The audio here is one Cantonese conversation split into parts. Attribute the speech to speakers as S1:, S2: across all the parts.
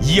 S1: 以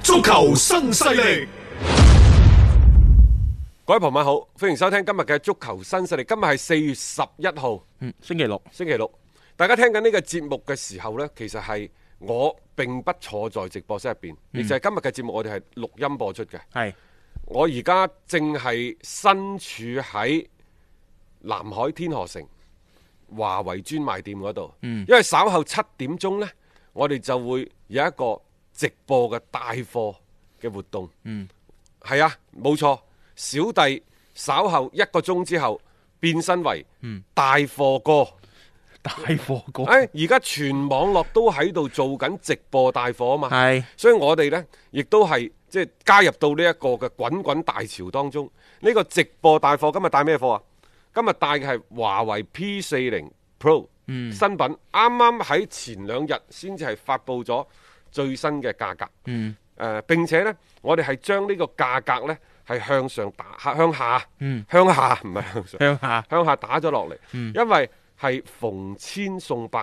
S1: 足球新勢力，
S2: 各位朋友好，歡迎收聽今日嘅足球新勢力。今日係四月十一號，嗯，星期六，星期六。大家聽緊呢個節目嘅時候呢，其實係我並不坐在直播室入邊，亦就係今日嘅節目，我哋係錄音播出嘅。
S3: 係
S2: 我而家正係身處喺南海天河城華為專賣店嗰度，因為稍後七點鐘呢，我哋就會有一個直播嘅帶貨嘅活動。嗯，係啊，冇錯，小弟稍後一個鐘之後變身為大貨哥。
S3: 大貨哥，
S2: 誒，而家全網絡都喺度做緊直播帶貨啊嘛，
S3: 係
S2: 所以我哋呢亦都係即係加入到呢一個嘅滾滾大潮當中。呢、個直播帶貨今日帶咩貨啊？今日帶嘅係華為 P 四零 Pro、新
S3: 嗯
S2: 品，啱啱喺前兩日先至係發布咗最新嘅價格。嗯，誒、並且呢，我哋係將呢個價格呢係向上打向下，向下唔係向上。
S3: 嗯向下嗯
S2: 向下打咗落嚟，因為係逢千送百。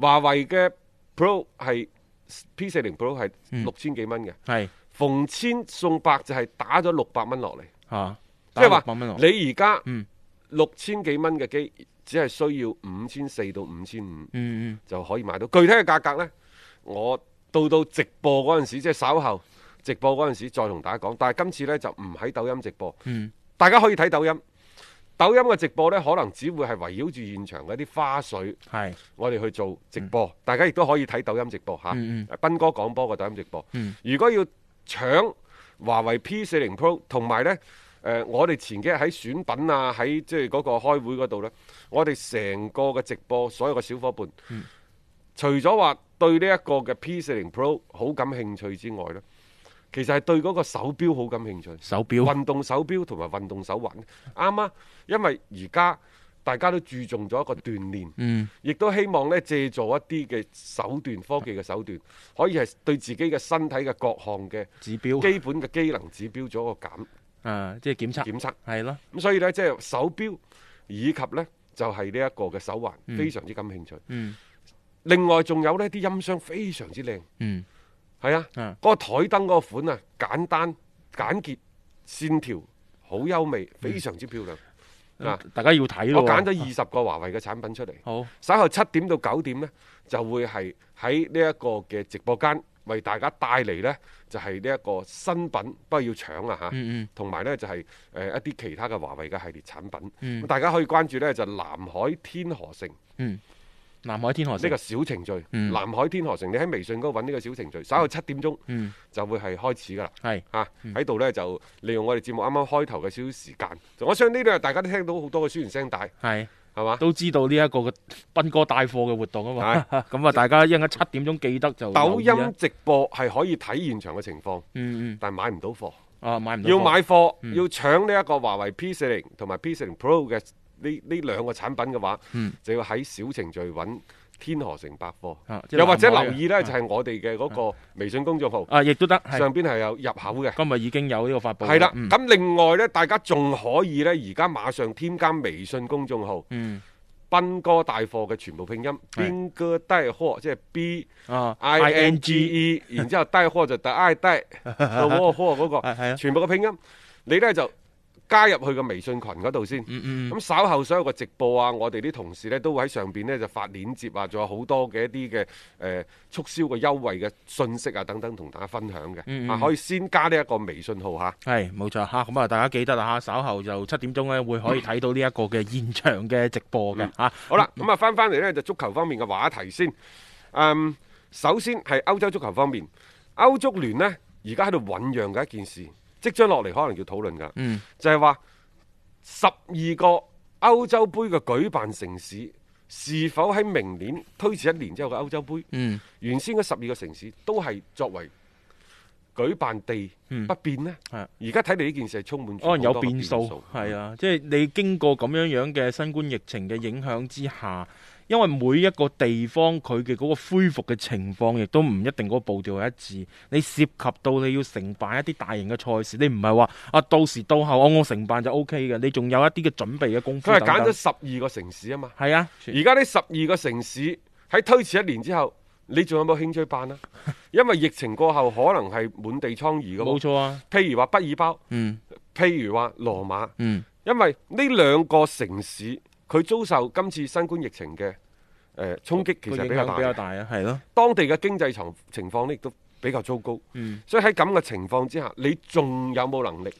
S2: 華為嘅 Pro 係 P 四零 Pro 係
S3: 嗯
S2: 六千幾蚊嘅，
S3: 係
S2: 逢千送百就係打咗六百蚊落嚟，
S3: 嚇，
S2: 即係
S3: 啊打
S2: 話
S3: 六百蚊落
S2: 你而家
S3: 嗯
S2: 六千幾蚊嘅機，只係需要五千四到五千五
S3: 嗯嗯，
S2: 就可以買到。具體嘅價格呢，我到到直播嗰陣時，即係稍後直播嗰陣時再同大家講。但係今次呢，就唔喺抖音直播，
S3: 嗯
S2: 大家可以睇抖音。抖音嘅直播呢，可能只會係圍繞住現場嘅一啲花絮，
S3: 係
S2: 我哋去做直播，大家亦都可以睇抖音直播嚇。
S3: 嗯
S2: 斌哥講波嘅抖音直播，
S3: 嗯
S2: 如果要搶華為 P 四零 Pro，同埋呢，誒、呃我哋前幾日喺選品啊，喺即係嗰個開會嗰度呢，我哋成個嘅直播，所有嘅小伙伴，
S3: 嗯
S2: 除咗話對呢一個嘅 P 四零 Pro 好感興趣之外呢，其實係對嗰個手錶好感興趣。
S3: 手錶
S2: 運動手錶同埋運動手環，啱啊！因為而家大家都注重咗一個鍛鍊，
S3: 嗯
S2: 亦都希望咧借助一啲嘅手段、科技嘅手段，可以係對自己嘅身體嘅各項嘅
S3: 指標
S2: 基本嘅機能指標做一個減
S3: 啊，即係檢測
S2: 檢測。
S3: 係咯，
S2: 咁所以呢，即係手錶以及呢就係呢一個嘅手環，非常之感興趣。
S3: 嗯
S2: 另外仲有呢啲音箱非常之靚，
S3: 嗯
S2: 係啊，
S3: 嗯
S2: 嗰個台燈嗰個款啊，簡單簡潔，線條好優美，
S3: 嗯
S2: 非常之漂亮。啊！
S3: 大家要睇咯
S2: 我
S3: 喎，
S2: 揀咗二十個華為嘅產品出嚟，
S3: 好
S2: 稍後七點到九點呢，就會係喺呢一個嘅直播間為大家帶嚟呢，就係呢一個新品，不過要搶啊嚇
S3: 嗯嗯，
S2: 同埋呢就係誒一啲其他嘅華為嘅系列產品，
S3: 嗯
S2: 咁大家可以關注呢，就南海天河城
S3: 南海天河
S2: 呢
S3: 城
S2: 個小程序，
S3: 嗯
S2: 南海天河城，你喺微信嗰度揾呢個小程序，稍後七點鐘
S3: 嗯
S2: 就會係開始㗎啦。
S3: 係嗯
S2: 啊！喺度呢，就利用我哋節目啱啱開頭嘅少少時間，我相信呢度大家都聽到好多嘅宣傳聲帶，
S3: 係
S2: 係嘛？
S3: 都知道呢一個嘅斌哥帶貨嘅活動啊嘛， 咁啊大家一陣間七點鐘記得就
S2: 抖
S3: 留意啊
S2: 音直播係可以睇現場嘅情況，
S3: 嗯嗯
S2: 但係買唔到貨，
S3: 啊買唔到
S2: 要
S3: 貨嗯
S2: 買貨、要搶呢一個華為 P 四零同埋 P 四零 Pro 嘅呢呢兩個產品嘅話，
S3: 嗯
S2: 就要喺小程序揾天河城百貨，
S3: 啊即係
S2: 又或者
S3: 南海
S2: 留意呢，
S3: 啊
S2: 就係我哋嘅嗰個微信公眾號、
S3: 啊，亦都得係
S2: 上邊係有入口嘅。
S3: 今日已經有呢個發布
S2: 係啦，
S3: 嗯
S2: 咁另外呢，大家仲可以呢，而家馬上添加微信公眾號
S3: 嗯
S2: 斌哥大貨嘅全部拼音，斌哥帶貨，即係 B。
S3: 啊
S2: I N G E，然之啊後低貨就第 I 低，到嗰個貨嗰
S3: 係係
S2: 個，
S3: 啊
S2: 全部個拼音，你呢就加入去個微信群嗰度先。咁、稍後所有嘅直播啊，我哋啲同事呢都會喺上邊呢就發鏈接啊，仲有好多嘅一啲嘅誒促銷嘅優惠嘅信息啊等等，同大家分享嘅。啊，可以先加呢一個微信號嚇。
S3: 係冇錯嚇，咁啊大家記得啦嚇，稍後就七點鐘咧會可以睇到呢一個嘅現場嘅直播嘅嚇。
S2: 好啦，咁啊翻翻嚟呢，就足球方面嘅話題先。嗯，首先係歐洲足球方面，歐足聯呢而家喺度醖釀嘅一件事，即將落嚟可能要討論噶，
S3: 嗯
S2: 就係話十二個歐洲杯嘅舉辦城市是否喺明年推遲一年之後嘅歐洲杯，
S3: 嗯
S2: 原先嗰十二個城市都係作為舉辦地不變呢？
S3: 嗯係
S2: 而家睇嚟呢件事係充滿住
S3: 可能有
S2: 好多嘅
S3: 變數，係
S2: 啊，
S3: 啊，即係你經過咁樣樣嘅新冠疫情嘅影響之下，因為每一個地方佢嘅嗰個恢復嘅情況，亦都唔一定嗰個步調係一致。你涉及到你要承辦一啲大型嘅賽事，你唔係話啊到時到後我我承辦就 O K 嘅，你仲有一啲嘅準備嘅功夫
S2: 佢係
S3: 等等。
S2: 揀咗十二個城市啊嘛。
S3: 係啊，
S2: 而家呢十二個城市喺推遲一年之後，你仲有冇興趣辦啊？ 因為疫情過後可能係滿地瘡痍嘅
S3: 冇
S2: 喎。
S3: 錯啊，
S2: 譬如話畢爾包，
S3: 嗯
S2: 譬如話羅馬，
S3: 嗯
S2: 因為呢兩個城市佢遭受今次新冠疫情嘅誒、呃、衝擊，其
S3: 個
S2: 實
S3: 影
S2: 比較
S3: 響
S2: 大
S3: 比較
S2: 嘅。
S3: 大啊，係咯，
S2: 當地嘅經濟情情況呢亦都比較糟糕，
S3: 嗯
S2: 所以喺咁嘅情況之下，你仲有冇能力？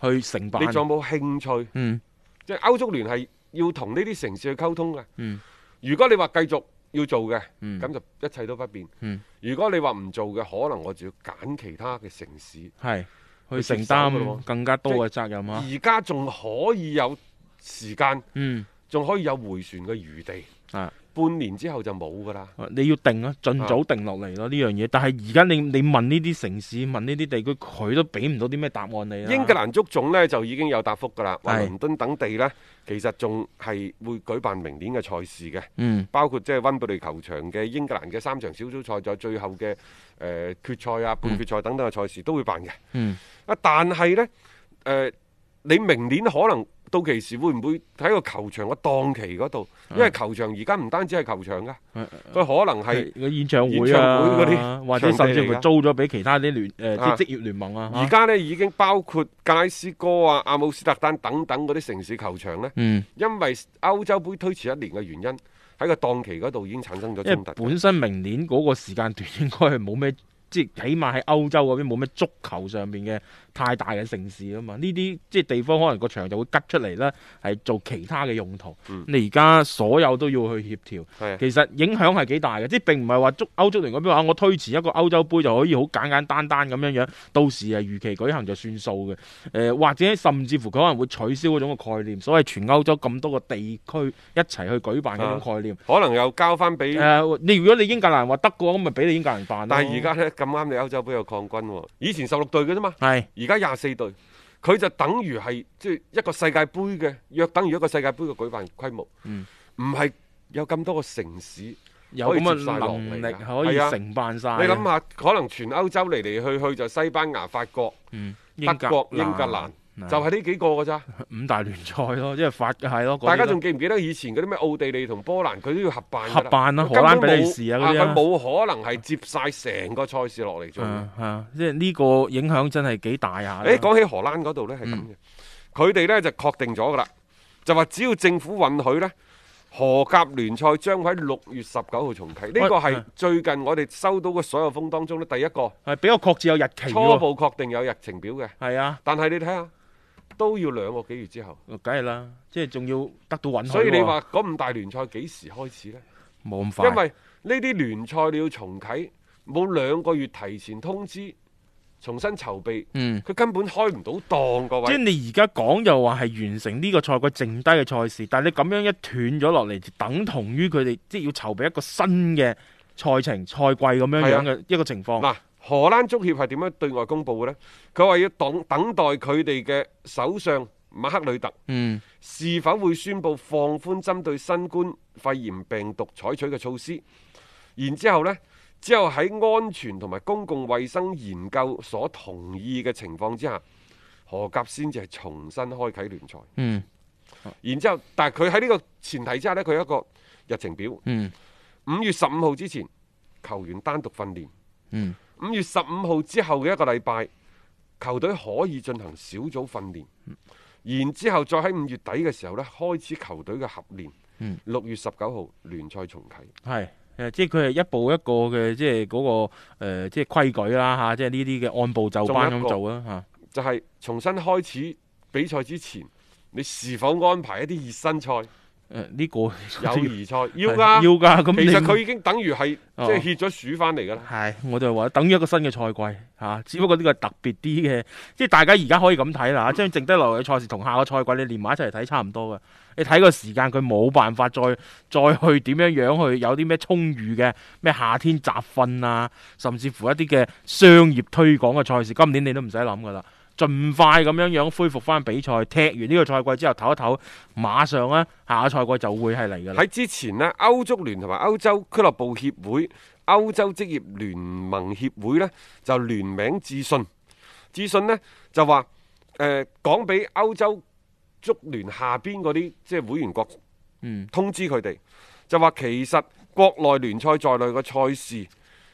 S3: 去承辦
S2: 你，仲有冇興趣？
S3: 嗯
S2: 即係歐足聯係要同呢啲城市去溝通嘅。
S3: 嗯
S2: 如果你話繼續要做嘅，咁、
S3: 嗯
S2: 就一切都不變。
S3: 嗯
S2: 如果你話唔做嘅，可能我就要揀其他嘅城市。
S3: 係去
S2: 去
S3: 承
S2: 接手㗎咯
S3: 擔
S2: 喎
S3: 更加多嘅責任啊，
S2: 而家仲可以有時間，
S3: 嗯
S2: 仲可以有回旋嘅餘地。
S3: 啊。
S2: 半年之後就冇噶啦。
S3: 啊你要定啊，盡早定落嚟咯呢樣嘢。但係而家你你問呢啲城市，問呢啲地區，佢都俾唔到啲咩答案你啊。
S2: 英格蘭足總呢就已經有答覆噶啦，話
S3: 係
S2: 倫敦等地呢，其實仲係會舉辦明年嘅賽事嘅。
S3: 嗯
S2: 包括即係温布利球場嘅英格蘭嘅三場小組賽，在最後嘅誒、呃、決賽啊、半決賽等等嘅賽事都會辦嘅。
S3: 嗯
S2: 啊，但係呢，誒、呃你明年可能到期時會唔會喺個球場嘅檔期嗰度？
S3: 啊
S2: 因為球場而家唔單止係球場噶，
S3: 嗯
S2: 佢可能係
S3: 係個演唱
S2: 演
S3: 會
S2: 唱會嗰
S3: 啊，
S2: 啲
S3: 或者
S2: 場
S3: 甚
S2: 地
S3: 至
S2: 嚟
S3: 乎
S2: 㗎
S3: 租咗俾其他啲聯
S2: 啊
S3: 誒即係職業聯盟啊。
S2: 而
S3: 嚇
S2: 家呢已經包括格拉斯哥啊、阿姆斯特丹等等嗰啲城市球場呢，
S3: 嗯，
S2: 因為歐洲杯推遲一年嘅原因，喺個檔期嗰度已經產生咗
S3: 因為
S2: 衝突。
S3: 本身明年嗰個時間段 應該係冇咩，即係起碼喺歐洲嗰邊冇咩足球上面嘅太大嘅城市啊嘛。呢啲即係地方可能個場就會吉出嚟啦，係做其他嘅用途。
S2: 嗯
S3: 你而家所有都要去協調。
S2: 係啊
S3: 其實影響係幾大嘅，即係並唔係話足歐足聯嗰邊啊話我推遲一個歐洲杯就可以好簡簡單單咁樣樣，到時誒如期舉行就算數嘅。誒、呃或者甚至乎佢可能會取消嗰種嘅概念，所謂全歐洲咁多個地區一齊去舉辦
S2: 啊
S3: 嗰種概念。
S2: 可能又交翻俾
S3: 誒、你如果你英格蘭話德國咁，咪俾你英格蘭辦咯
S2: 啊但係而家呢，咁啱你歐洲杯有抗軍喎，以前十六隊嘅啫嘛，
S3: 係
S2: 而家廿四隊，佢就等於係即係一個世界盃嘅，約等於一個世界盃嘅舉辦規模，
S3: 嗯
S2: 唔係、有咁多個城市，你
S3: 有咁
S2: 可以接晒
S3: 嘅
S2: 落
S3: 能
S2: 嚟
S3: 力
S2: 㗎
S3: 可
S2: 係
S3: 以
S2: 啊
S3: 承辦晒。
S2: 諗下，可能全歐洲嚟嚟去去就西班牙、法國、
S3: 嗯，
S2: 德國、英格蘭，
S3: 啊
S2: 就係呢幾個㗎咋。
S3: 五大聯賽咯，即係法係咯，嗰啲
S2: 大家
S3: 咯
S2: 仲記唔記得以前嗰啲咩奧地利同波蘭，佢都要合辦㗎啦
S3: 合辦啦
S2: 佢
S3: 荷蘭
S2: 根本冇
S3: 比利時啊嗰啲啊
S2: 佢冇可能係接晒成個賽事落嚟做嘅。
S3: 啊啊即係呢個影響真係啊嗯幾大下啦。
S2: 誒講起荷蘭嗰度呢，係咁嘅，佢哋呢就確定咗噶啦，就話只要政府允許呢，荷甲聯賽將會喺六月十九號重啟。呢個係
S3: 係
S2: 最近我哋收到嘅所有風當中呢，第一個
S3: 係比較確切有日期
S2: 初
S3: 喎。
S2: 步確定有日程表嘅。
S3: 係啊，
S2: 但係你睇下，都要兩個幾月之後。
S3: 梗係啦，即係仲要得到允許喎。
S2: 所以你話嗰五大聯賽幾時開始呢？
S3: 冇咁快，
S2: 因為呢啲聯賽你要重啟，冇兩個月提前通知，重新籌備，
S3: 嗯。
S2: 佢根本開唔到檔，各
S3: 即係
S2: 位。
S3: 你而家講就話係完成呢個賽季剩低嘅賽事，但係你咁樣一斷咗落嚟，就等同於佢哋即係要籌備一個新嘅賽程、賽季咁樣樣嘅一個情況。
S2: 啊嗱，荷蘭足協係點樣對外公佈嘅呢？佢話要等等待佢哋嘅首相馬克里特
S3: 嗯
S2: 是否會宣布放寬針對新冠肺炎病毒採取嘅措施，然之後呢，之後喺安全同埋公共衛生研究所同意嘅情況之下，荷甲先至係重新開啟聯賽。
S3: 嗯
S2: 然之後，但係佢喺呢個前提之下呢，佢有一個日程表，
S3: 嗯
S2: 五月十五號之前球員單獨訓練。
S3: 嗯
S2: 五月十五號之後嘅一個禮拜，球隊可以進行小組訓練。然之後再喺五月底嘅時候呢，開始球隊嘅合練。
S3: 嗯
S2: 六月十九號聯賽重啟。
S3: 係誒，即係佢係一步一個嘅，即係嗰、個、呃、即係規矩啦嚇，即係呢啲嘅按部就班
S2: 仲有
S3: 咁
S2: 一個
S3: 做啦嚇。
S2: 就係重新開始比賽之前，你是否安排一啲熱身賽、
S3: 誒呢個
S2: 友誼賽？要
S3: 係
S2: 㗎，
S3: 要㗎，咁
S2: 其
S3: 你
S2: 實佢已經等於係即
S3: 哦
S2: 係歇咗暑翻嚟㗎啦。
S3: 係，我就話等於一個新嘅賽季嚇、啊只不過呢個係特別啲嘅，即係大家而家可以咁睇啦，將剩低落嚟嘅賽事同下個賽季你連埋一齊嚟睇差唔多嘅。你睇個時間，佢冇辦法再再去點樣樣去有啲咩充裕嘅咩夏天集訓啊，甚至乎一啲嘅商業推廣嘅賽事，今年你都唔使諗噶啦。盡快咁樣樣恢復翻比賽，踢完呢個賽季之後唞一唞，馬上咧下個賽季就會係嚟㗎啦。
S2: 喺之前呢，歐足聯同埋歐洲俱樂部協會、歐洲職業聯盟協會呢，就聯名致信，致信呢，就話誒講俾歐洲足聯下邊嗰啲即係會員國，
S3: 嗯
S2: 通知佢哋，就話其實國內聯賽在內嘅賽事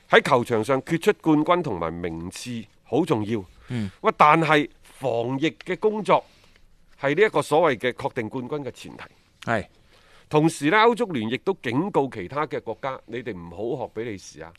S2: 喺球場上決出冠軍同埋名次好重要。
S3: 嗯，
S2: 喂，但係防疫嘅工作係呢一個所謂嘅確定冠軍嘅前提。
S3: 係。
S2: 同時咧，歐足聯亦都警告其他嘅國家，你哋唔好學比利 時啊！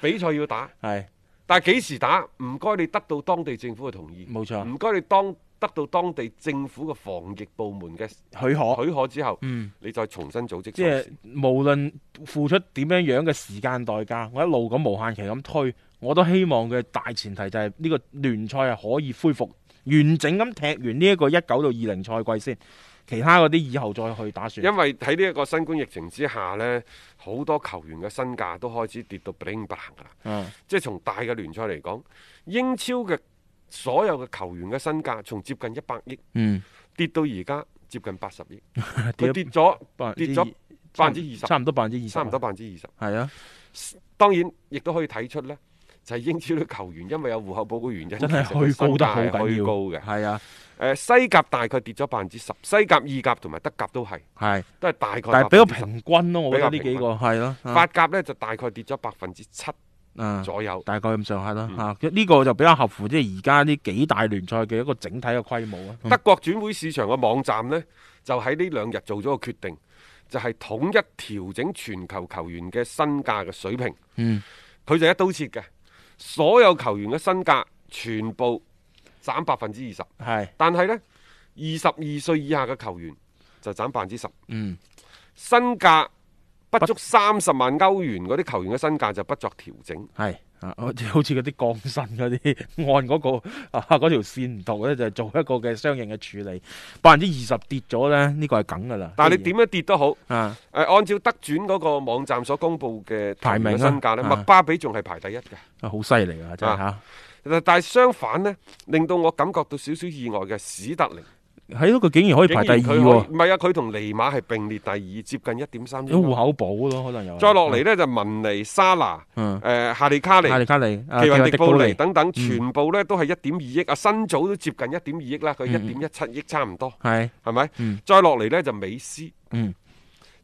S2: 比賽要打，
S3: 係
S2: 但係幾時打？唔該，你得到當地政府嘅同意，
S3: 冇錯
S2: 唔該，你當得到當地政府嘅防疫部門嘅許
S3: 許可。
S2: 可之後，
S3: 嗯
S2: 你再重新組織
S3: 即
S2: 賽
S3: 係
S2: 事。
S3: 無論付出點樣樣嘅時間代價，我一路咁無限期咁推，我都希望嘅大前提就係呢個聯賽係可以恢復完整咁踢完呢一個一九到二零賽季先，其他嗰啲以後再去打算。
S2: 因為喺呢一個新冠疫情之下呢，好多球員嘅身價都開始跌到 bling bling 㗎啦。
S3: 嗯，
S2: 即係從大嘅聯賽嚟講，英超嘅所有嘅球員嘅身價從接近一百億
S3: 嗯，
S2: 跌到而家接近八十億。
S3: 跌
S2: 佢
S3: 咗
S2: 跌咗
S3: 百分之
S2: 跌咗百分之
S3: 差唔
S2: 二十，
S3: 差唔多百分之二十，
S2: 差唔多百分之二十。
S3: 係啊，
S2: 當然，亦都可以睇出呢，就係、英超嘅球員因為有戶口簿嘅原因，
S3: 真係
S2: 其實佢
S3: 虛高得好
S2: 身價係
S3: 緊要，
S2: 虛高嘅。誒、
S3: 係啊，
S2: 西甲大概跌咗百分之十，西甲、意甲同埋德甲都係，
S3: 係，
S2: 都係大概
S3: 但係
S2: 百
S3: 比較
S2: 分之十。
S3: 平均咯，我覺得呢幾
S2: 比
S3: 個
S2: 較
S3: 係咯，啊
S2: 法甲呢就大概跌咗百分之七
S3: 嗯
S2: 左右。
S3: 大概咁上下啦
S2: 嗯
S3: 嚇，呢個就比較合乎即係而家呢幾大聯賽嘅一個整體嘅規模啊。
S2: 德國轉會市場嘅網站呢，就喺呢兩日做咗個決定，就係、統一調整全球球員嘅身價嘅水平。
S3: 嗯，
S2: 佢就一刀切嘅，所有球員嘅身價全部斬百分之二十，
S3: 係。
S2: 但係呢，二十二歲以下嘅球員就斬百分之十，
S3: 嗯，
S2: 身價不足三十萬歐元嗰啲球員嘅身價就不作調整。
S3: 係啊，好似好似嗰啲降薪嗰啲， 按嗰、個啊嗰條線唔同咧，就做一個嘅相應嘅處理。百分之二十跌咗咧，呢、個係梗噶啦。
S2: 但係你點樣跌都好，誒、
S3: 啊？
S2: 按照德轉嗰個網站所公布嘅
S3: 排名啊
S2: 球員嘅身價呢，
S3: 啊
S2: 麥巴比仲係排第一嘅。
S3: 啊好犀利啊！真係嚇，
S2: 但但係相反呢，令到我感覺到少少意外嘅史特靈，
S3: 喺嗰個竟然可以排第二
S2: 竟然佢
S3: 喎
S2: 可，以唔係啊，佢同尼馬係並列第二，接近一點三億
S3: 啲。户口簿咯，可能有。
S2: 嗯再落嚟呢，就文尼、沙拿、
S3: 嗯，
S2: 誒夏利卡尼
S3: 嗯，、艾利卡利、啊
S2: 奇
S3: 奇
S2: 雲
S3: 雲
S2: 迪
S3: 迪
S2: 布
S3: 布
S2: 尼
S3: 尼，嗯
S2: 等等，全部呢都係一點二億啊，新組都接近一點二億啦，佢一點一七億差唔多，
S3: 係
S2: 係咪
S3: 嗯？
S2: 再落嚟呢，就美斯，
S3: 嗯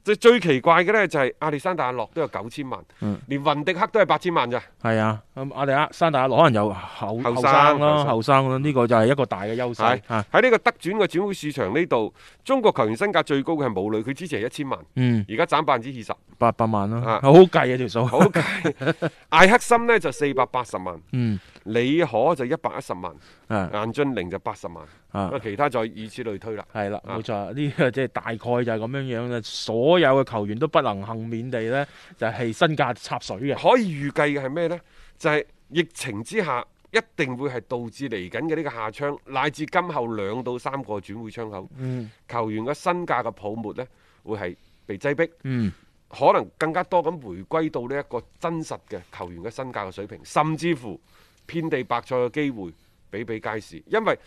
S2: 即係最奇怪嘅呢，就係亞歷山大阿洛都有九千萬
S3: 嗯，
S2: 連雲迪克都係八千萬咋，
S3: 係啊，咁阿利亞山大可能有後
S2: 後生
S3: 後生
S2: 後
S3: 啦，
S2: 生
S3: 後生啦，呢個就係一個大嘅優勢啊
S2: 係
S3: 嚇。
S2: 喺呢個德轉嘅轉會市場呢度，中國球員身價最高嘅係武磊，佢之前係一千萬，
S3: 嗯，
S2: 而家斬百分之二十。
S3: 八百萬啦
S2: 啊，
S3: 好好計啊條數。
S2: 好計，艾克森呢就四百八十萬，
S3: 嗯
S2: 李可就一百一十萬，
S3: 啊
S2: 顏俊寧就八十萬，
S3: 啊
S2: 咁。其他再以此類推啦。
S3: 係啦，
S2: 啊
S3: 冇錯，呢、個即係大概就係咁樣樣啦。所有嘅球員都不能幸免地呢，就係、身價插水嘅。
S2: 可以預計嘅係咩呢？就係、疫情之下，一定會係導致嚟緊嘅呢個下窗，乃至今後兩到三個轉會窗口，
S3: 嗯
S2: 球員嘅身價嘅泡沫呢，會係被擠迫，
S3: 嗯，
S2: 可能更加多咁回歸到呢一個真實嘅球員嘅身價嘅水平，甚至乎遍地白菜嘅機會比比皆是。因為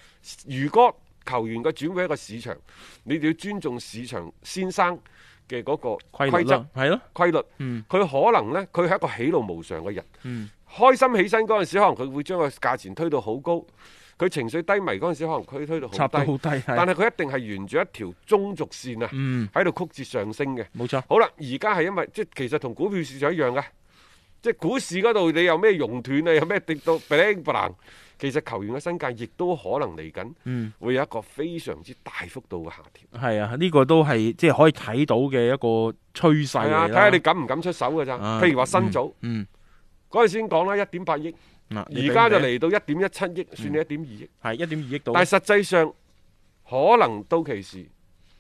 S2: 如果球員嘅轉會一個市場，你哋要尊重市場先生嘅嗰個
S3: 規
S2: 規
S3: 律
S2: 則
S3: 啦。，係咯，
S2: 規律，佢、
S3: 嗯
S2: 可能呢，佢係一個喜怒無常嘅人。
S3: 嗯
S2: 開心起身嗰陣時，可能佢會將個價錢推到好高；佢情緒低迷嗰陣時，可能佢推到
S3: 插
S2: 好
S3: 到好
S2: 低。
S3: 低，
S2: 但
S3: 係
S2: 係佢一定係沿住一條中軸線啊，
S3: 嗯，
S2: 喺度曲折上升嘅。
S3: 冇錯，
S2: 好啦，而家係因為即係其實同股票啊市場一樣嘅，即係股市嗰度你有咩熔斷啊，有咩跌到 bling bling，其實球員嘅身價亦都可能嚟緊，
S3: 嗯
S2: 會有一個非常之大幅度嘅下調。
S3: 係啊，呢、個都係即係可以睇到嘅一個趨勢
S2: 係啊，
S3: 嚟
S2: 睇
S3: 啦
S2: 下你敢唔敢出手嘅咋。
S3: 啊
S2: 譬如話新組
S3: 嗯，
S2: 嗰陣先講啦，一點八億，
S3: 嗱你
S2: 而家就
S3: 俾
S2: 嚟到一點一七億，算你一點二億。
S3: 唔俾係一點二億嗯到，
S2: 但係實際上可能到期時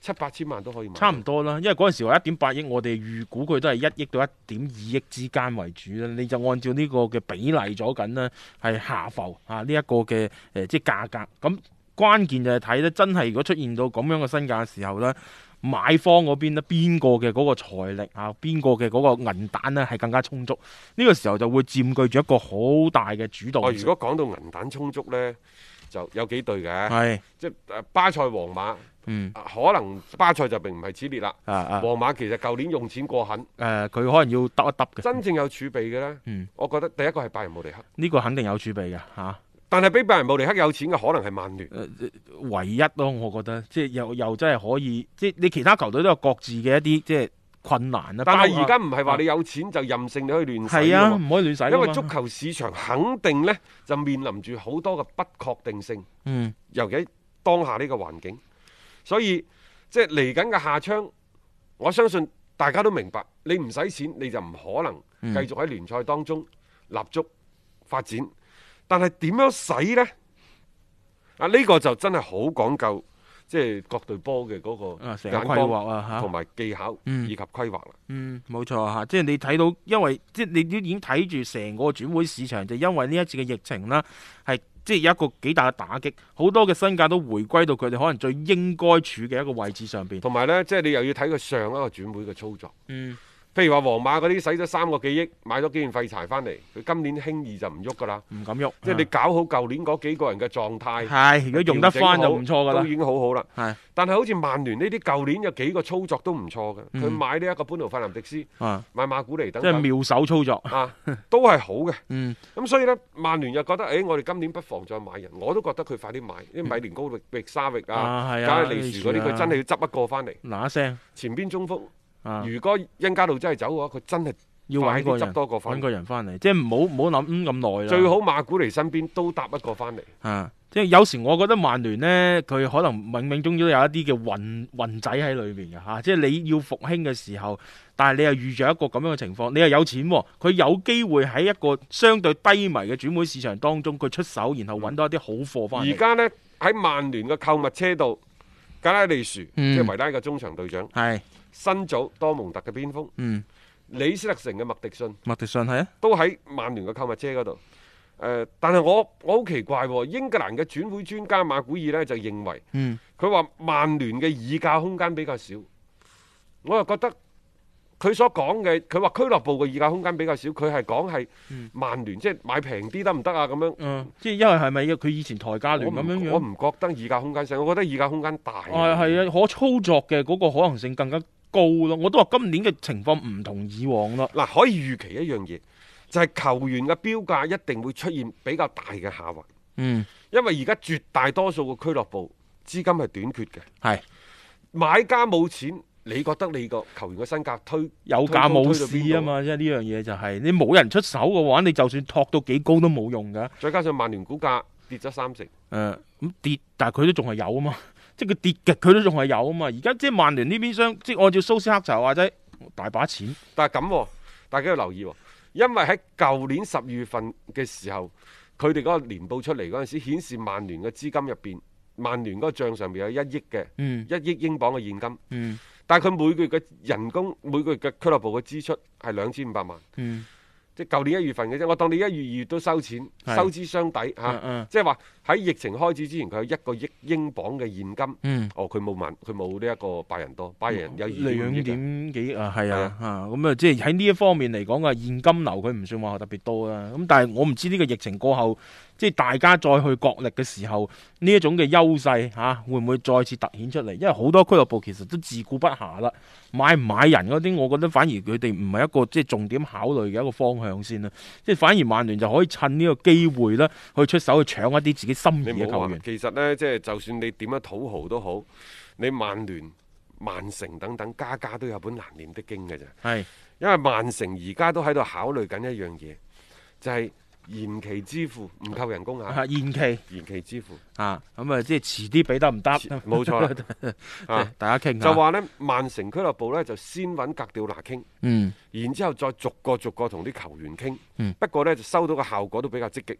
S2: 七八千萬都可以買。
S3: 差唔多啦，因為嗰陣時話一點八億，我哋預估佢都係一億到一點二億之間為主啦。你就按照呢個嘅比例咗緊啦，係下浮啊呢一、個嘅誒、呃即係價格。咁關鍵就係睇咧，真係如果出現到咁樣嘅身價嘅時候咧，買方嗰邊咧邊個嘅嗰個財力啊，邊個嘅嗰個銀彈咧係更加充足，呢、個時候就會佔據住一個好大嘅主導
S2: 哦，
S3: 性。
S2: 如果講到銀彈充足呢，就有幾隊嘅，
S3: 係
S2: 即係呃巴塞、皇馬，
S3: 嗯
S2: 啊可能巴塞就並唔係此列啦。
S3: 啊啊
S2: 皇馬其實舊年用錢過狠，
S3: 誒，佢、可能要揼一揼嘅，
S2: 真正有儲備嘅呢，
S3: 嗯
S2: 我覺得第一個係拜仁慕尼黑，
S3: 呢、個肯定有儲備嘅嚇。
S2: 但係比拜仁慕尼黑有錢嘅可能係曼聯。
S3: 唯一咯，我覺得即係又又真係可以，即係你其他球隊都有各自嘅一啲即係困難啦。
S2: 但
S3: 包
S2: 係
S3: 括
S2: 而家唔係話你有錢就任性，你可以亂使
S3: 係
S2: 㗎
S3: 啊，
S2: 嘛
S3: 唔可以亂使㗎嘛
S2: 因為足球市場肯定呢，就面臨住好多嘅不確定性，
S3: 嗯
S2: 尤其喺當下呢個環境，所以即係嚟緊嘅下窗，我相信大家都明白，你唔使錢你就唔可
S3: 嗯
S2: 能繼續喺聯賽當中立足發展，但係點樣使呢？啊，呢、個就真係好講究，即係各隊波嘅嗰個
S3: 啊成個
S2: 眼
S3: 規劃啊嚇
S2: 光同埋技巧
S3: 嗯
S2: 以及規劃啦。
S3: 嗯，冇錯嚇，即係你睇到，因為即係你都已經睇住成個轉會市場，就因為呢一次嘅疫情啦，係即係有一個幾大嘅打擊，好多嘅身價都回歸到佢哋可能最應該處嘅一個位置上邊。
S2: 同埋呢，即係你又要睇佢上一個轉會嘅操作。
S3: 嗯，
S2: 譬如話皇馬嗰啲使咗三個幾億買咗幾件廢柴翻嚟，佢今年輕易就唔喐㗎啦。
S3: 唔敢喐，
S2: 即係你搞好舊年嗰幾個人嘅狀態，
S3: 係如果用得翻就唔錯㗎
S2: 都已
S3: 啦。
S2: 經好好啦。
S3: 係
S2: 但係好似曼聯呢啲舊年有幾個操作都唔錯嘅，佢、買呢一個班奴費南迪斯，
S3: 啊，
S2: 買馬古尼等
S3: 即係
S2: 等
S3: 妙手操作。
S2: 啊，都係好嘅。
S3: 嗯
S2: 咁所以呢，曼聯又覺得，誒、我哋今年不妨再買人，我都覺得佢快啲買，因為米連高域、域沙域啊、
S3: 啊係啊
S2: 加利殊嗰啲，
S3: 利殊啊
S2: 佢真係要執一個翻嚟。
S3: 嗱一聲
S2: 前邊中鋒，
S3: 啊。
S2: 如果恩加路真係走嘅話，佢真係
S3: 要
S2: 快
S3: 揾個
S2: 啲
S3: 人
S2: 執多個翻
S3: 揾
S2: 嚟，
S3: 個人翻嚟，即係唔好唔好諗嗯咁耐啦。
S2: 最好馬古尼身邊都搭一個翻嚟。
S3: 啊，即係有時我覺得曼聯呢，佢可能冥冥中都有一啲嘅混混仔喺裏面嘅嚇、啊即係你要復興嘅時候，但係你又遇着一個咁樣嘅情況，你又有錢喎、佢有機會喺一個相對低迷嘅轉會市場當中，佢出手，然後揾到一啲好貨翻
S2: 嗯而
S3: 嚟。
S2: 家呢，喺曼聯嘅購物車度，加拉利殊、
S3: 嗯
S2: 即係維拉嘅中場隊長，
S3: 係，
S2: 新組多蒙特嘅邊鋒，
S3: 嗯，
S2: 李斯特城嘅麥迪遜
S3: 麥迪遜係啊，
S2: 都喺曼聯嘅購物車嗰度。誒、但係我我好奇怪喎、英格蘭嘅轉會專家馬古爾呢，就認為，
S3: 嗯
S2: 佢話曼聯嘅議價空間比較少，我又覺得佢所講嘅，佢話俱樂部嘅議價空間比較少，佢係講係曼聯即係買平啲得唔得啊？咁樣
S3: 嗯，即係因為係咪佢以前台價
S2: 我
S3: 聯咁樣
S2: 唔
S3: 樣？
S2: 我唔覺得議價空間細，我覺得議價空間大。
S3: 啊，係啊，可操作嘅嗰個可能性更加高咯。我都話今年嘅情況唔同以往咯。
S2: 嗱，可以預期一樣嘢，就係、球員嘅標價一定會出現比較大嘅下滑，
S3: 嗯，
S2: 因為而家絕大多數嘅俱樂部資金係短缺嘅，
S3: 係
S2: 買家冇錢，你覺得你個球員嘅身價推
S3: 有價冇市啊？嘛，即係呢樣嘢就係、你冇人出手嘅話，你就算托到幾高都冇用噶。誒、
S2: 推到邊度再加上曼聯股價跌咗三成。
S3: 呃咁跌，但係佢都仲係有啊嘛，即係佢跌極佢都仲係有啊嘛。而家即係曼聯呢邊商，即係按照蘇斯克就話齋，大把錢。
S2: 但係咁、喎，大家要留意、喎，因為喺舊年十二月份嘅時候，佢哋嗰個年報出嚟嗰陣時，顯示曼聯嘅資金入邊，曼聯嗰個帳上面有一億嘅，
S3: 嗯
S2: 一億英鎊嘅現金。
S3: 嗯
S2: 但係佢每個月嘅人工，每個月嘅俱樂部嘅支出係兩千五百萬，
S3: 嗯，
S2: 即係舊年一月份嘅啫。我當你一月、二月都收錢，
S3: 係
S2: 收支相抵嚇，
S3: 嗯嗯
S2: 即係話喺疫情開始之前，佢有一個億英鎊嘅現金。
S3: 嗯
S2: 哦，佢冇萬，佢冇呢一個拜仁多，拜仁有二點五億
S3: 兩
S2: 嘅。
S3: 點幾啊，係啊
S2: 啊，
S3: 啊咁啊，即係喺呢一方面嚟講啊，現金流佢唔算話特別多啦。咁但係我唔知呢個疫情過後，即係大家再去角力嘅時候，呢一種嘅優勢嚇、啊、會唔會再次突顯出嚟？因為好多俱樂部其實都自顧不暇啦，買唔買人嗰啲，我覺得反而佢哋唔係一個即係重點考慮嘅一個方向先啦。
S2: 嗯
S3: 即係反而曼聯就可以趁呢個機會啦，去出手去搶一啲自己心
S2: 你
S3: 儀嘅
S2: 唔好
S3: 球
S2: 話
S3: 員，。
S2: 其實呢，即係就算你點樣土豪都好，你曼聯、曼城等等，家家都有本難念的經嘅咋。
S3: 係
S2: 因為曼城而家都喺度考慮緊一樣嘢，就係、延期支付唔扣人工
S3: 啊
S2: 啊，
S3: 延期
S2: 延期支付
S3: 啊，咁啊即係遲啲俾得唔得？
S2: 冇錯
S3: 啦，，
S2: 啊
S3: 大家傾下。
S2: 就話呢，曼城俱樂部呢，就先揾格調拿傾，
S3: 嗯。
S2: 然之後再逐個逐個同啲球員傾。不過呢，就收到嘅效果都比較積極，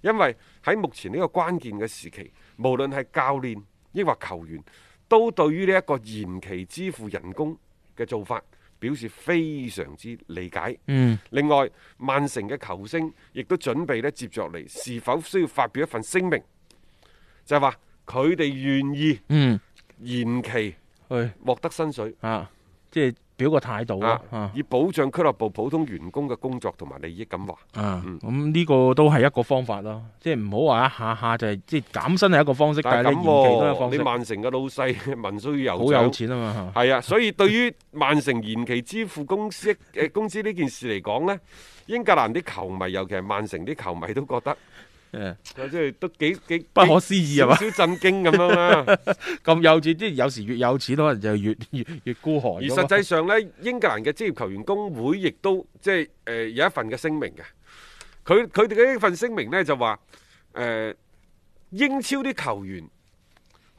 S2: 因為喺目前呢個關鍵嘅時期，無論係教練抑或球員，都對於呢一個延期支付人工嘅做法表示非常之理解。
S3: 嗯，
S2: 另外，曼城嘅球星亦都準備呢接着嚟，是否需要發表一份聲明，就係話佢哋願意
S3: 嗯，
S2: 延期
S3: 去
S2: 獲得薪水。
S3: 啊，即係表個態度咯
S2: 啊
S3: 啊，
S2: 以保障俱樂部普通員工嘅工作同埋利益咁話。
S3: 啊，
S2: 嗯
S3: 咁呢個都係一個方法咯，即係唔好話一下下就係即係減薪係一個方式，但
S2: 但
S3: 係
S2: 係
S3: 你延
S2: 咁
S3: 期都係一個
S2: 喎，
S3: 方
S2: 你
S3: 式，
S2: 曼城嘅老細 文須油
S3: 好有錢啊 嘛，
S2: 係啊，所以對於曼城延期支付公司 誒工資呢件事嚟講呢，英格蘭啲球迷，尤其係曼城啲球迷都覺得
S3: 誒
S2: 即係都幾幾
S3: 不可思議係啊嘛
S2: 少少震驚咁樣啦。
S3: 咁有錢，即係有時越有錢可能就越越越孤寒
S2: 而
S3: 㗎嘛。
S2: 實際上呢，英格蘭嘅職業球員工會亦都即係誒、呃有一份嘅聲明嘅。佢佢哋嘅呢份聲明呢，就話誒、呃英超啲球員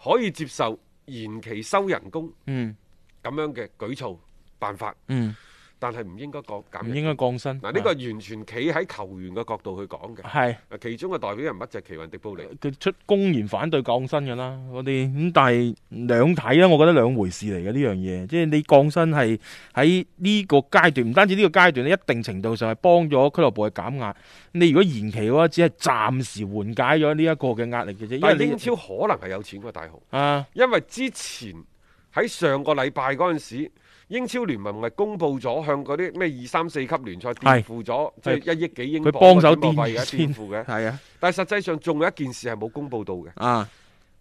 S2: 可以接受延期收人工
S3: 嗯
S2: 咁樣嘅舉措辦法，
S3: 嗯，
S2: 但係唔應該講減
S3: 唔
S2: 人
S3: 應啊該降薪。啊
S2: 嗱，呢個完全企喺球員嘅角度去講嘅。
S3: 係
S2: 嗱其中嘅代表人物就係奇雲迪布尼。
S3: 佢出公然反對降薪㗎啦，我哋咁但係兩睇啦，我覺得兩回事嚟嘅呢樣嘢，即係你降薪係喺呢個階段，唔單止呢個階段，你一定程度上係幫咗俱樂部去減壓。你如果延期嘅話，只係暫時緩解咗呢一個嘅壓力嘅啫，因為
S2: 但係
S3: 你
S2: 英超可能係有錢過大豪。
S3: 啊，
S2: 因為之前喺上個禮拜嗰陣時，英超聯盟咪公布咗向嗰啲咩二三四級聯賽
S3: 係
S2: 墊付咗，即
S3: 係
S2: 係一億幾英
S3: 佢
S2: 鎊
S3: 幫手
S2: 嘅轉播費
S3: 墊
S2: 嘅
S3: 先
S2: 墊付嘅。
S3: 係啊，
S2: 但係實際上仲有一件事係冇公布到嘅，
S3: 啊，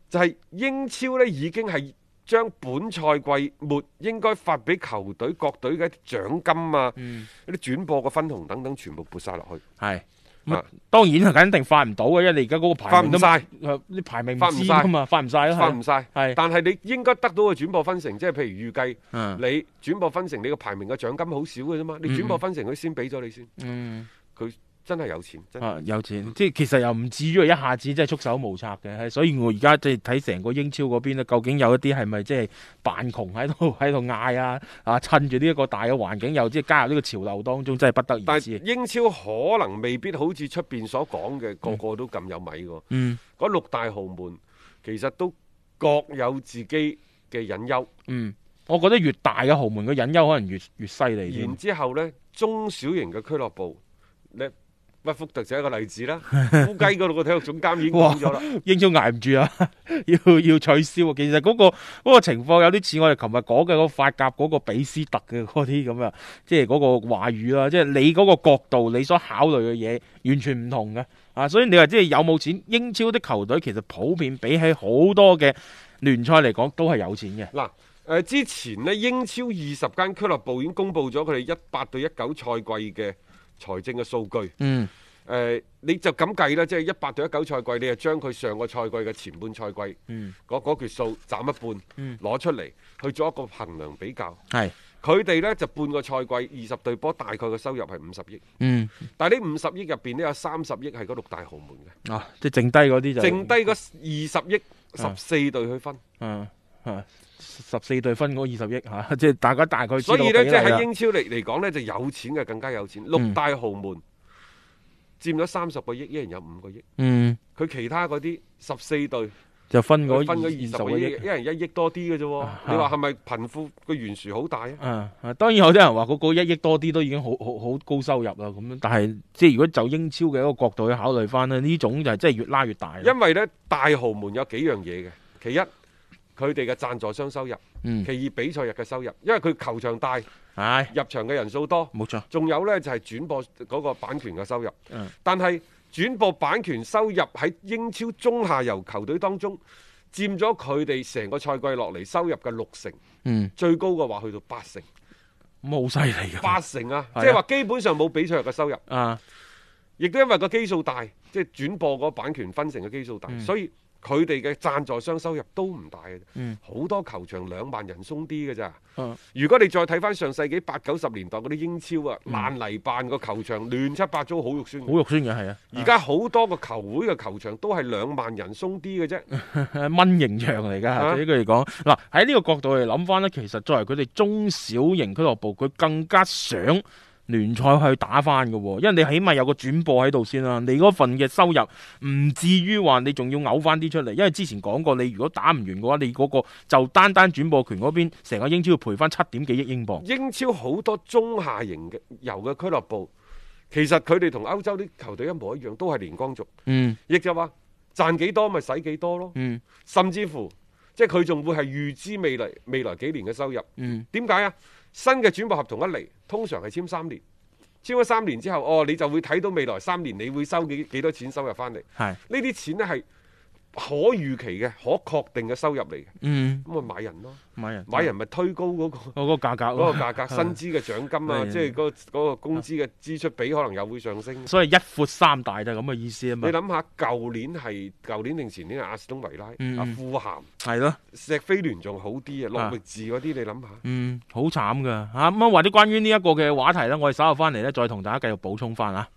S2: 就係、英超呢已經係將本賽季末應該發俾球隊各隊嘅一啲獎金啊、
S3: 嗯，
S2: 一啲轉播嘅分紅等等，全部撥晒落去。
S3: 係。咁
S2: 啊
S3: 當然係肯定發唔到嘅，因為你而家嗰個排
S2: 發
S3: 名
S2: 唔
S3: 都
S2: 晒，
S3: 誒你排名唔
S2: 發唔
S3: 知
S2: 晒
S3: 㗎嘛，發唔晒啦，
S2: 發唔晒。
S3: 係
S2: 但係你應該得到嘅轉播分成，即係譬如預計。
S3: 係，
S2: 你轉播分成你個排名嘅獎金好少嘅啫嘛，你轉播分成佢先俾咗你先，
S3: 嗯。
S2: 佢真係有錢，真係
S3: 啊，有錢，即係其實又唔至於一下子即係束手無策嘅，係所以我而家即係睇成個英超嗰邊咧，究竟有一啲係咪即係扮窮喺度 喺度嗌啊啊，趁住呢一個大嘅環境，又即係加入呢個潮流當中，真係不得而
S2: 但
S3: 知啊
S2: 係。英超可能未必好似出邊所講嘅個個都咁有米喎，
S3: 嗯
S2: 嗰六大豪門其實都各有自己嘅隱憂，
S3: 嗯，我覺得越大嘅豪門嘅隱憂可能越越犀利
S2: 然
S3: 添。
S2: 之後呢，中小型嘅俱樂部，你屈福特就係一個例 子啦，烏雞嗰度個體育總監已經講咗啦，
S3: 英超捱唔住啊， 要要取消啊。其實嗰、個嗰個情況有啲似我哋琴日講嘅嗰個法甲嗰個比斯特嘅嗰啲咁啊，即係嗰個話語啦，即係你嗰個角度，你所考慮嘅嘢完全唔同嘅啊。所以你話即係有冇錢？英超啲球隊其實普遍比起好多嘅聯賽嚟講，都係有錢嘅。
S2: 嗱。誒、之前呢，英超二十間俱樂部已經公布咗佢哋一八到一九賽季嘅財政嘅數據。
S3: 嗯
S2: 誒、你就咁計啦，即係一八到一九賽季，你就將佢上個賽季嘅前半賽季
S3: 嗯，
S2: 嗰嗰橛數斬一
S3: 嗯
S2: 半，攞出嚟去做一個衡量比較。
S3: 係，
S2: 佢哋呢就半個賽季二十隊波，大概嘅收入係五十億，
S3: 嗯
S2: 但係呢五十億入邊呢，有三十億係嗰六大豪門嘅，
S3: 啊，即係剩低嗰啲就
S2: 剩低嗰二十億
S3: 啊
S2: 十四隊去分。
S3: 嗯啊十四隊分嗰二十億嚇，啊即係大家大概知道
S2: 所以呢，
S3: 比例
S2: 即
S3: 啦
S2: 係喺英超嚟嚟講呢，就有錢嘅更加有錢，六大豪門佔咗三十個億，一人有五個億，
S3: 嗯
S2: 佢其他嗰啲十四隊。
S3: 就分嗰
S2: 佢分咗
S3: 二
S2: 二十
S3: 十
S2: 個
S3: 個
S2: 億，
S3: 億
S2: 一。人一億多啲嘅啫喎。
S3: 啊
S2: 你話係咪貧富個懸殊好大啊？
S3: 啊啊！當然有啲人話嗰個一億多啲都已經好好好高收入啦咁樣，但係即係如果就英超嘅一個角度去考慮翻咧，呢種就係真係越拉越大啦。
S2: 因為呢，大豪門有幾樣嘢嘅，其一佢哋嘅贊助商收入，
S3: 嗯，
S2: 其二比賽日嘅收入，因為佢球場大，入
S3: 唉，
S2: 場嘅人數多，
S3: 冇錯，
S2: 仲有呢就係轉播嗰個版權嘅收入
S3: 嗯。
S2: 但係轉播版權收入喺英超中下游球隊當中佔咗佢哋成個賽季落嚟收入嘅六成，
S3: 嗯，
S2: 最高嘅話去到八成，
S3: 咁好犀利㗎。
S2: 八成啊！
S3: 係啊
S2: 即係話基本上冇比賽日嘅收入。
S3: 啊，
S2: 亦都因為個基數大，即係轉播嗰個版權分成嘅基數大，所以佢哋嘅贊助商收入都唔大嘅啫
S3: 嗯，
S2: 好、多球場兩萬人鬆啲嘅咋。
S3: 嗯
S2: 如果你再睇翻上世紀八九十年代嗰啲英超啊，爛泥辦個球場亂七八糟，好肉酸嘅。
S3: 嗯好肉酸嘅係啊，
S2: 而家好多個球會嘅球場都係兩萬人鬆啲嘅啫。
S3: 嗯蚊形象嚟
S2: 啊
S3: 㗎，對於佢嚟講，嗱喺呢個角度嚟諗翻呢，其實作為佢哋中小型俱樂部，佢更加想聯賽去打翻嘅喎，因為你起碼有個轉播喺度先啦，你嗰份嘅收入唔至於話你仲要嘔翻啲出嚟，因為之前講過，你如果打唔完嘅話，你嗰個就單單轉播權嗰邊，成個英超要賠翻七點幾億英鎊。
S2: 英超好多中下型嘅游嘅俱樂部，其實佢哋同歐洲啲球隊一模一樣，都係連光族，
S3: 嗯
S2: 亦就話賺幾多咪使幾多咯。
S3: 嗯
S2: 甚至乎即係佢仲會係預知未來未來幾年嘅收入。
S3: 嗯，
S2: 點解啊？新嘅轉播合同一嚟，通常係簽三年，簽咗三年之後，哦，你就會睇到未來三年你會收幾幾多錢收入翻嚟。
S3: 係
S2: 呢啲錢呢係可預期嘅、可確定嘅收入嚟嘅，
S3: 嗯
S2: 咁咪買人咯，
S3: 買人
S2: 買人咪推高嗰、個。
S3: 嗰個價格
S2: 嗰
S3: 咯
S2: 個價格、薪資嘅獎金啊，
S3: 係
S2: 即係嗰嗰個工資嘅支出比可能又會上升。
S3: 所以一闊三大就係咁嘅意思啊
S2: 你
S3: 嘛，
S2: 諗下，舊年係舊年定前年係阿士東維拉、
S3: 嗯
S2: 阿富咸、
S3: 係咯。
S2: 石飛聯仲好啲啊，
S3: 啊
S2: 諾域治嗰啲你諗下，
S3: 嗯，好慘噶吓咁啊！或者關於呢一個嘅話題呢，我哋稍後翻嚟呢，再同大家繼續補充翻啊。